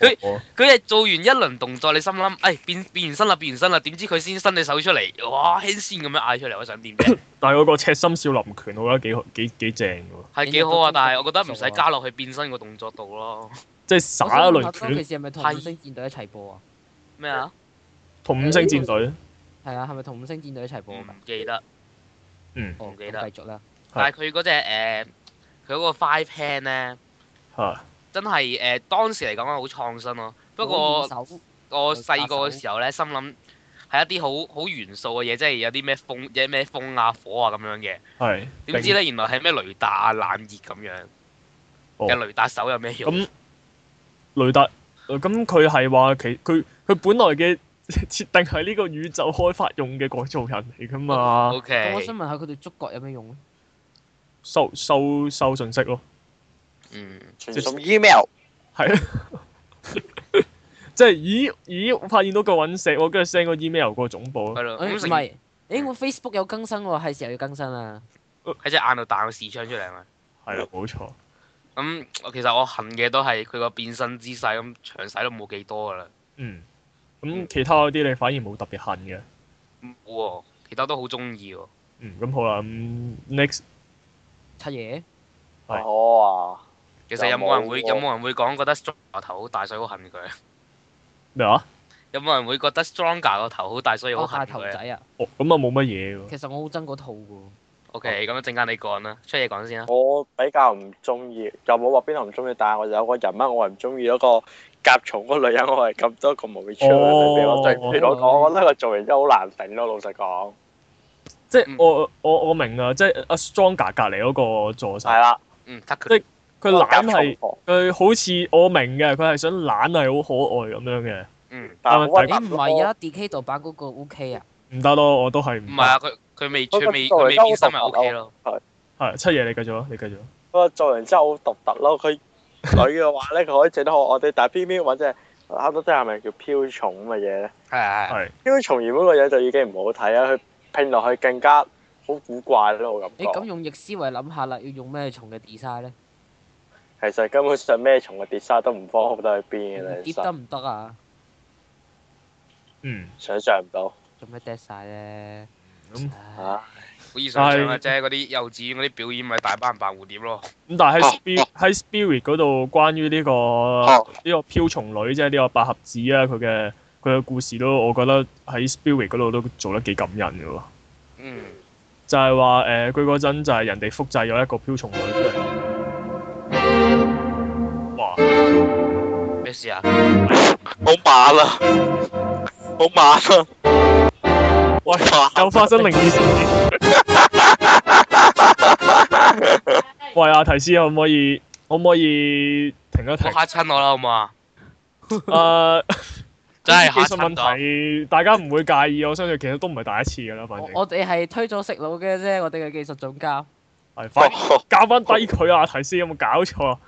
Speaker 3: 佢
Speaker 1: 我
Speaker 3: 佢係做完一輪動作，你心諗，哎變變完身啦，變完身啦，啊點知佢先伸隻手出嚟，哇輕先咁樣嗌出嚟，我想點 啫？
Speaker 1: 但係嗰個赤心少林拳，我覺得幾幾幾正嘅喎，
Speaker 3: 係幾好啊，但係我覺得唔使加落去變身個動作度咯。
Speaker 1: 即係耍一輪
Speaker 2: 當其
Speaker 1: 拳
Speaker 2: 時係咪同五星戰隊一齊播啊？
Speaker 3: 咩啊？
Speaker 1: 同五星戰隊。
Speaker 2: 係啊，係咪同五星戰隊一齊播
Speaker 3: 我唔
Speaker 2: 㗎？
Speaker 3: 記得。
Speaker 1: 嗯，
Speaker 2: 哦
Speaker 3: 唔記得
Speaker 2: 咁繼續啦。
Speaker 3: 但係佢嗰隻誒，佢嗰個 five hand 咧，
Speaker 1: 嚇
Speaker 3: 真係誒、呃、當時嚟講係好創新咯。不過
Speaker 2: 手
Speaker 3: 我細個嘅時候咧，心諗係一啲好好元素嘅嘢，即係有啲咩風、有咩風啊、火啊咁樣嘅。
Speaker 1: 係。
Speaker 3: 點知咧，原來係咩雷達啊、冷熱咁樣。
Speaker 1: 哦
Speaker 3: 嘅雷達手有咩用？
Speaker 2: 啊
Speaker 1: 咁雷達，呃咁佢係話其佢佢本來嘅 設定係呢個宇宙開發用嘅改造人嚟㗎嘛，
Speaker 3: O
Speaker 2: 咁我
Speaker 3: K，
Speaker 2: 想問下佢對觸覺有咩用啊咧？
Speaker 1: 收收收信息咯，
Speaker 3: 嗯，
Speaker 4: 傳送 email，
Speaker 1: 係 啊，即係咦咦，我發現到個隕石喎，跟住 send 個 email 個總部
Speaker 3: 係
Speaker 1: 咯，
Speaker 3: 咯。
Speaker 2: 誒唔
Speaker 3: 咁成
Speaker 2: 係，誒我 Facebook 有更新喎，係時候要更新啦。
Speaker 3: 喺隻眼度彈個視窗出嚟嘛。
Speaker 1: 係啦，冇錯，
Speaker 3: 咁我其實我恨嘅都係佢個變身姿勢，咁詳細都冇幾多噶啦。
Speaker 1: 嗯，咁其他嗰啲你反而冇特別恨嘅，
Speaker 3: 冇喎，其他都好中意喎。
Speaker 1: 嗯，咁好啦，咁 next
Speaker 2: 七爺，
Speaker 1: 係
Speaker 4: 我啊，
Speaker 3: 其實有
Speaker 4: 又
Speaker 3: 冇
Speaker 4: 冇
Speaker 3: 人會
Speaker 4: 喎
Speaker 3: 有冇人會講覺得 Stronger 個頭好大，所以好恨佢？
Speaker 1: 咩啊話？
Speaker 3: 有冇人會覺得 Stronger 個頭好大，所以好
Speaker 2: 我
Speaker 3: 恨
Speaker 2: 大頭
Speaker 3: 佢
Speaker 2: 仔
Speaker 3: 呢
Speaker 2: 啊！
Speaker 1: 哦，咁啊冇乜嘢喎，
Speaker 2: 其實我好憎嗰套噶。
Speaker 3: ？OK，咁一陣間你講啦，出嘢講先啦。
Speaker 4: 我比較唔中意，又冇話邊度唔中意，但係我有個人物我係唔中意嗰個甲蟲嗰個女人，我係咁多個無尾超人裏邊，我最
Speaker 1: 哦
Speaker 4: 我講，我覺得佢造型真係好難頂咯，老實講。
Speaker 1: 即係
Speaker 3: 嗯
Speaker 1: 我我我明啊，即係阿 Stronger 隔離嗰個助手，
Speaker 4: 係啦，
Speaker 3: 嗯，得
Speaker 1: 即
Speaker 3: 佢
Speaker 1: 係佢懶
Speaker 4: 甲蟲
Speaker 1: 係。
Speaker 4: 婆
Speaker 1: 佢好似我明嘅，佢係想懶係好可愛咁樣嘅，
Speaker 3: 嗯
Speaker 4: 但係好
Speaker 1: 喂
Speaker 4: 核
Speaker 2: 誒唔
Speaker 4: 突
Speaker 2: 係
Speaker 4: 咯，
Speaker 2: 啊，D K 度版嗰個 O K 啊，
Speaker 1: 唔得咯，我都係唔
Speaker 3: 唔
Speaker 1: 得
Speaker 3: 係啊，佢佢未
Speaker 4: 佢
Speaker 3: 佢
Speaker 4: 個
Speaker 3: 未
Speaker 4: 作
Speaker 3: 佢
Speaker 4: 為
Speaker 3: 未
Speaker 4: 優
Speaker 3: 變身
Speaker 4: 秀
Speaker 3: 咪 OK 咯。
Speaker 1: 係七爺，你繼續啊，你繼續啊。
Speaker 4: 佢個造型真係好獨特咯。佢女嘅話咧，佢可以整得好我哋，但係偏偏揾隻啱啱即係咪叫飄蟲咁嘅嘢咧？
Speaker 3: 係係係啊
Speaker 1: 係
Speaker 4: 標重現嗰個嘢就已經唔好睇啦，啊佢拼落去更加好古怪咯，我感覺。
Speaker 3: 哦
Speaker 2: 誒咁用逆思維諗下啦，要用咩蟲嘅 design 咧？
Speaker 4: 其實根本上咩蟲嘅 design 都唔方好得去邊嘅啦，其
Speaker 2: 跌得
Speaker 4: 實
Speaker 2: 唔得啊？
Speaker 1: 嗯
Speaker 4: 想像唔到
Speaker 2: 做咩 dead 晒咧？
Speaker 1: 咁
Speaker 2: 唉
Speaker 4: 嚇。
Speaker 3: 好易想象啊，即係嗰啲幼稚園嗰啲表演咪大班人扮蝴蝶咯。
Speaker 1: 咁，但係喺
Speaker 4: 哦
Speaker 1: spirit 喺 spirit 嗰度，關於呢個呢個飄蟲女即係呢個百合子啊，佢嘅佢嘅故事都，我覺得喺 spirit 嗰度都做得幾感人嘅喎。
Speaker 3: 嗯，
Speaker 1: 就係話誒，佢嗰陣就係人哋複製咗一個飄蟲女出嚟。哇！
Speaker 3: 咩事啊？
Speaker 5: 好慢啊，好慢啊，
Speaker 1: 喂，又發生靈異事件。喂，阿提斯可唔可以可唔可以停一停 呃
Speaker 3: 我？嚇親我啦，好嘛？
Speaker 1: 誒，
Speaker 3: 真係
Speaker 1: 技
Speaker 3: 嚇
Speaker 1: 術問
Speaker 3: 親咗。
Speaker 1: 題，大家唔會介意，我相信其實都唔係第一次㗎啦，反
Speaker 2: 我
Speaker 1: 正
Speaker 2: 我哋係推咗食腦嘅啫，我哋嘅技術總監。
Speaker 1: 係快
Speaker 4: 哦
Speaker 1: 教翻低佢啊！提斯有冇搞錯啊？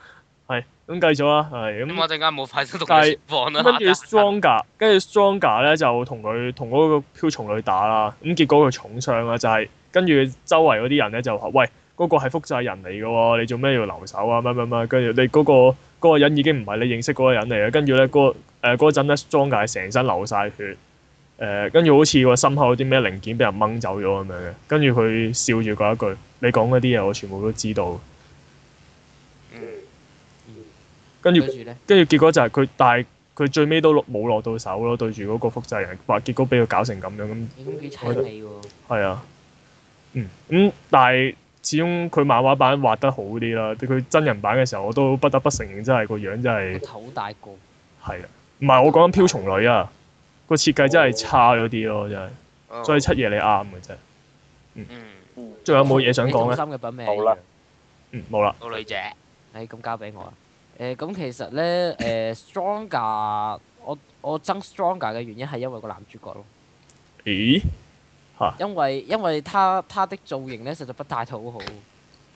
Speaker 1: 係咁繼續啊，係
Speaker 3: 咁我
Speaker 1: 咁。
Speaker 3: 陣間冇發生同
Speaker 1: 但係
Speaker 3: 情況啦。
Speaker 1: 跟住
Speaker 3: 嚇親
Speaker 1: Stronger，跟住 Stronger 咧就同佢同嗰個漂蟲女打啦，咁結果佢重傷啦，就係、跟住周圍嗰啲人咧就話：喂，嗰、個係複製人嚟嘅喎，你做咩要留守啊？乜乜乜，跟住你嗰、個嗰、個人已經唔係你認識嗰個人嚟嘅，跟住咧嗰個誒嗰陣咧 Stronger 係成身流晒血，誒跟住好似個心口有啲咩零件俾人掹走咗咁樣嘅，跟住佢笑住講一句：你講嗰啲嘢我全部都知道。
Speaker 3: 嗯
Speaker 1: 跟
Speaker 2: 跟
Speaker 1: 住
Speaker 2: 住咧，
Speaker 1: 跟住結果就係佢，但係佢最尾都落冇落到手咯，對住嗰個複製人，話結果俾佢搞成咁樣咁，
Speaker 2: 咦咁幾凄美喎。
Speaker 1: 係啊，嗯，咁、但係始終佢漫畫版畫得好啲啦，佢真人版嘅時候我都不得不承認，真係個樣真
Speaker 2: 個
Speaker 1: 係
Speaker 2: 頭好大個，
Speaker 1: 係啊，唔係我講緊飄蟲女啊，個設計真係差咗啲咯，真係，
Speaker 3: 哦
Speaker 1: 所以七爺你啱嘅真係。
Speaker 3: 嗯，
Speaker 1: 仲有冇嘢想講
Speaker 2: 你
Speaker 1: 咧？
Speaker 2: 中心嘅品味。
Speaker 4: 好啦。
Speaker 1: 嗯，冇啦，
Speaker 3: 到女姐。
Speaker 2: 誒咁交俾我啦。誒、咁其實咧，誒、Stronger，我我憎 Stronger 嘅原因係因為個男主角咯，
Speaker 1: 咦？
Speaker 2: 因為因為他他的造型咧實在不太討好。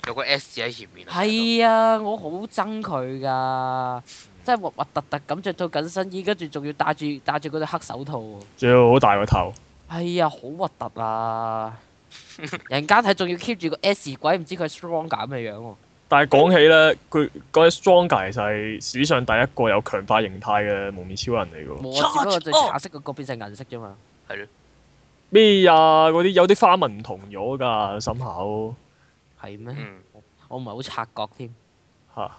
Speaker 3: 有個 S 字喺前面啊。
Speaker 2: 係啊，我好憎佢噶，即係核核突突咁着到緊身衣，跟住仲要戴住戴住嗰對黑手套喎。
Speaker 1: 仲要好大個頭，
Speaker 2: 係啊，好核突啊！人家睇仲要 keep 住個 S 鬼，唔知佢 Stronger 咁嘅樣喎。
Speaker 1: 但係講起咧，佢嗰隻 Stronger 其實係史上第一個有強化形態嘅蒙面超人嚟嘅喎。
Speaker 2: 冇啊，只不過對橙色嗰個變成銀色啫嘛。
Speaker 1: 咩呀？嗰啲有啲花紋唔同咗㗎，心口
Speaker 2: 係咩？
Speaker 3: 嗯，
Speaker 2: 我唔係好察覺添。
Speaker 1: 嚇。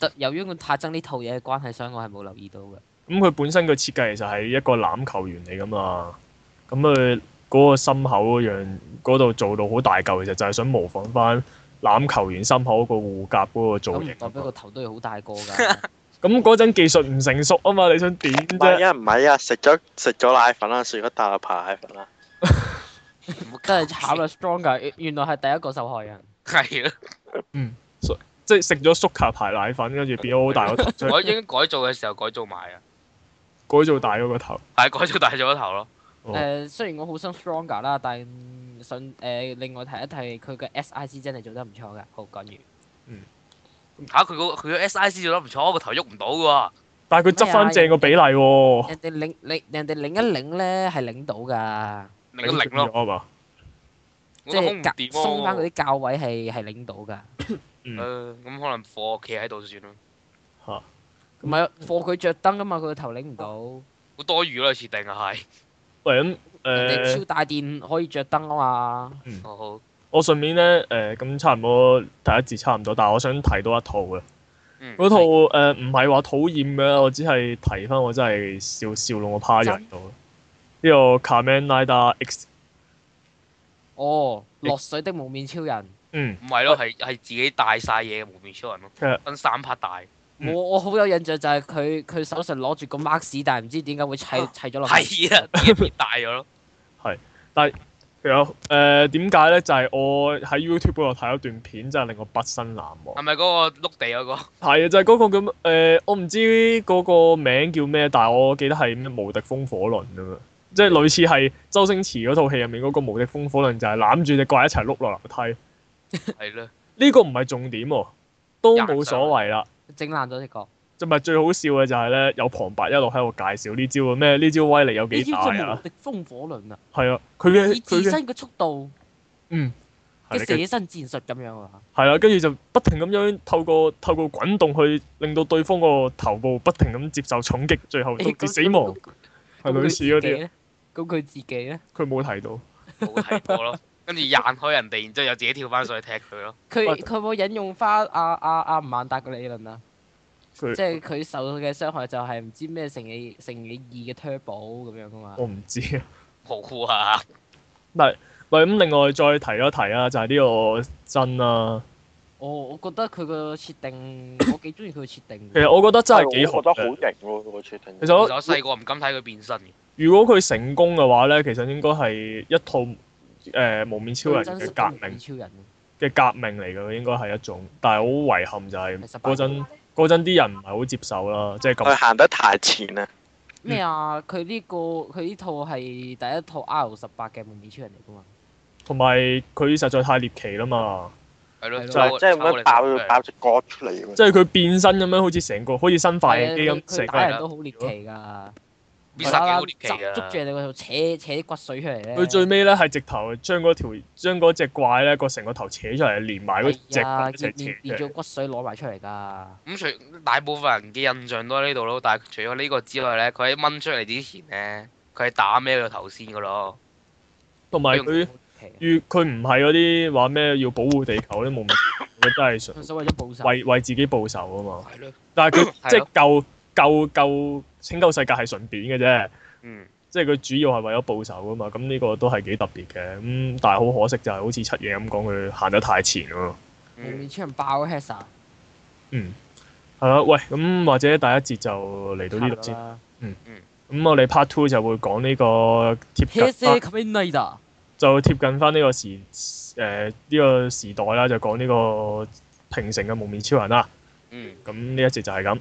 Speaker 2: 得由於我太憎呢套嘢嘅關係，所以我係冇留意到嘅。
Speaker 1: 咁佢本身個設計其實係一個籃球員嚟㗎嘛。咁佢嗰個心口嗰樣嗰度做到好大嚿，其實就係想模仿翻攬球員心口個護甲嗰個
Speaker 2: 咁
Speaker 1: 造
Speaker 2: 唔
Speaker 1: 型
Speaker 2: 代
Speaker 1: 嗰
Speaker 2: 表個
Speaker 1: 個。
Speaker 2: 頭都要好大個㗎。
Speaker 1: 咁嗰陣技術唔成熟啊嘛，你想點
Speaker 4: 唔
Speaker 1: 啫？
Speaker 4: 係啊，唔係啊，食咗食咗奶粉啦，雪咗大陸牌奶粉啦。
Speaker 2: 真係慘啦，strong 㗎，原來係第一個受害人。
Speaker 3: 係啊！
Speaker 1: 即係食咗縮卡牌奶粉，跟住變咗好大個頭， 再
Speaker 3: 我應該改造嘅時候改造埋啊，
Speaker 1: 改造大咗個頭。
Speaker 3: 係改造大咗個頭咯。
Speaker 1: 哦
Speaker 2: 誒，雖然我好想 stronger 啦，但係想誒另外提一提佢嘅 SIC 真係做得唔錯㗎。好，講完。
Speaker 3: 嚇佢個佢個 SIC 做得唔錯，個頭喐唔到嘅喎。
Speaker 1: 但係佢執翻正個比例喎，
Speaker 2: 人哋領領人哋領一領咧係領到㗎，
Speaker 3: 零一零咯，
Speaker 1: 咗啊嘛。
Speaker 3: 我
Speaker 2: 即
Speaker 3: 覺得好
Speaker 2: 係
Speaker 3: 唔掂
Speaker 2: 隔鬆翻嗰
Speaker 3: 喎。嗯
Speaker 2: 啲教位係係領到㗎。
Speaker 3: 誒咁可能貨企喺度算啦，
Speaker 2: 唔係啊貨佢着燈㗎嘛，佢個頭領唔到。
Speaker 3: 好多餘啦設定啊係。
Speaker 1: 喂咁
Speaker 2: 人哋
Speaker 1: 誒
Speaker 2: 超，大電可以着燈啊嘛。
Speaker 3: 好好，
Speaker 1: 我順便咧誒咁差唔多第一節差唔多，但係我想提到一套嘅。
Speaker 3: 嗯，
Speaker 1: 嗰套誒唔係話討厭嘅，我只係提翻我真係笑笑到我趴人度。呢個《Kamen Rider X》
Speaker 2: 哦，落水的蒙面超人，
Speaker 1: 嗯，
Speaker 3: 唔係咯，係係自己帶晒嘢嘅無面超人
Speaker 1: 其實
Speaker 3: 咯，分三 part 大，
Speaker 1: 嗯
Speaker 2: 我我好有印象就係佢佢手上攞住個 mark 紙，但係唔知點解會砌
Speaker 3: 啊
Speaker 2: 砌咗落去。
Speaker 3: 係 啊，啲嘢變大咗咯，
Speaker 1: 其實誒呃點解咧？就係、我喺 YouTube 嗰度睇一段片，真係令我畢生難忘。
Speaker 3: 係咪嗰個碌地嗰個？
Speaker 1: 係啊，就係、嗰個咁誒、呃我唔知嗰個名叫咩，但係我記得係咩無敵風火輪咁樣，即係類似係周星馳嗰套戲入面嗰個無敵風火輪，就係攬住隻怪一齊碌落樓梯。
Speaker 3: 係咯，
Speaker 1: 呢、個唔係重點喎，都冇所謂啦。
Speaker 2: 整爛咗隻角。
Speaker 1: 就咪最好笑嘅就係咧，有旁白一路喺度介紹呢招啊咩？呢招威力有
Speaker 2: 呢
Speaker 1: 幾大
Speaker 2: 招就無
Speaker 1: 啊？
Speaker 2: 敵風火輪啊！
Speaker 1: 係啊，佢嘅
Speaker 2: 以
Speaker 1: 佢
Speaker 2: 自
Speaker 1: 嘅
Speaker 2: 身嘅速度
Speaker 1: 嗯係
Speaker 2: 嘅
Speaker 1: 啦
Speaker 2: 寫身戰術咁樣啊！
Speaker 1: 係啦，跟住就不停咁樣透過透過滾動去令到對方個頭部不停咁接受重擊，最後導致死亡，
Speaker 2: 咁
Speaker 1: 係
Speaker 2: 佢
Speaker 1: 類似嗰
Speaker 2: 自
Speaker 1: 啲
Speaker 2: 己
Speaker 1: 啊。
Speaker 2: 咧咁佢自己咧，
Speaker 1: 佢冇提到，
Speaker 3: 冇睇過 咯，跟住掗開人哋，然之後又自己跳翻上去踢佢咯，
Speaker 2: 佢
Speaker 1: 喂
Speaker 2: 佢有冇引用翻阿阿阿吳孟達嘅理論啊？
Speaker 1: 佢
Speaker 2: 即係佢受到嘅傷害就係唔知咩乘以乘以二嘅 turbo 咁樣噶嘛。
Speaker 1: 我唔知啊。
Speaker 3: 好啊，
Speaker 1: 喂，咁另外再提一提啊，就係呢個真啊啦。
Speaker 2: 我我覺得佢個設定，我幾中意佢嘅設定
Speaker 1: 其
Speaker 2: 嘅。
Speaker 1: 實我覺得真係幾好
Speaker 4: 我覺得好
Speaker 1: 嘅。
Speaker 4: 型喎，個設定。
Speaker 1: 其
Speaker 3: 其實
Speaker 1: 實
Speaker 3: 我
Speaker 1: 我
Speaker 3: 細個唔敢睇佢變身嘅，
Speaker 1: 如果佢成功嘅話咧，其實應該係一套誒無面超人
Speaker 2: 真
Speaker 1: 嘅
Speaker 2: 實
Speaker 1: 革
Speaker 2: 嘅
Speaker 1: 命。
Speaker 2: 超人，啊
Speaker 1: 嘅革命嚟嘅，應該係一種，但係好遺憾就係
Speaker 2: 係失敗
Speaker 1: 嗰陣嗰陣啲人唔係好接受啦，即係
Speaker 4: 佢
Speaker 1: 咁
Speaker 4: 行得太前啦，
Speaker 2: 咩啊？佢呢個佢呢套係第一套 R 十八嘅蒙面超人嚟噶嘛？
Speaker 1: 同埋佢實在太獵奇啦嘛，
Speaker 3: 係咯，
Speaker 2: 係咯
Speaker 4: 就係即係咁樣爆爆隻角出嚟咁樣。
Speaker 1: 即係佢變身咁樣，好似成個好似新化
Speaker 2: 係啊
Speaker 1: 影機
Speaker 2: 佢
Speaker 1: 咁，成
Speaker 2: 佢
Speaker 1: 個
Speaker 2: 打
Speaker 1: 人
Speaker 2: 人都好獵奇㗎，
Speaker 3: 變
Speaker 2: 無
Speaker 3: 身
Speaker 2: 啦
Speaker 3: 幾
Speaker 2: 啦
Speaker 3: 好獵奇
Speaker 2: 執捉住
Speaker 3: 㗎，
Speaker 2: 你個頭，扯扯啲骨髓出嚟咧。啊
Speaker 1: 佢最尾咧係直頭將嗰條將嗰隻怪咧個成個頭扯出嚟，連埋嗰隻
Speaker 2: 係啊，
Speaker 1: 骨一
Speaker 2: 變
Speaker 1: 齊
Speaker 2: 變
Speaker 1: 扯
Speaker 2: 變
Speaker 1: 出嚟。
Speaker 2: 咗骨髓攞埋出嚟㗎。
Speaker 3: 咁除大部分人嘅印象都喺呢度咯，但係除咗呢個之外咧，佢喺掹出嚟之前咧，佢係打咩個頭先嘅咯，
Speaker 1: 同埋佢
Speaker 2: 啊
Speaker 1: 如佢唔係嗰啲話咩要保護地球啲無名，佢真係純
Speaker 2: 佢所謂咗報仇，
Speaker 1: 為為自己報仇啊嘛。
Speaker 3: 係咯，
Speaker 1: 但 係佢
Speaker 3: 係
Speaker 1: 即係
Speaker 3: 咯
Speaker 1: 救救救拯救世界係順便嘅啫。
Speaker 3: 嗯，
Speaker 1: 即係佢主要係為咗報仇啊噶嘛，咁呢個都係幾特別嘅。咁、但係好可惜就係好似七爺咁講，佢行得太前啊咯。
Speaker 2: 蒙面
Speaker 3: 嗯
Speaker 2: 超人爆 h e s
Speaker 1: 嗯係啦，喂，咁或者第一節就嚟到呢度先。咁、
Speaker 2: a
Speaker 1: 我哋 part two 就會講呢個
Speaker 2: h e
Speaker 1: 貼
Speaker 2: s
Speaker 1: 近，啊
Speaker 2: Kamen Rider，
Speaker 1: 就貼近翻呢個時誒呢、個時代啦，就講呢個平成嘅蒙面超人啦。
Speaker 3: 嗯，
Speaker 1: 咁呢一節就係咁。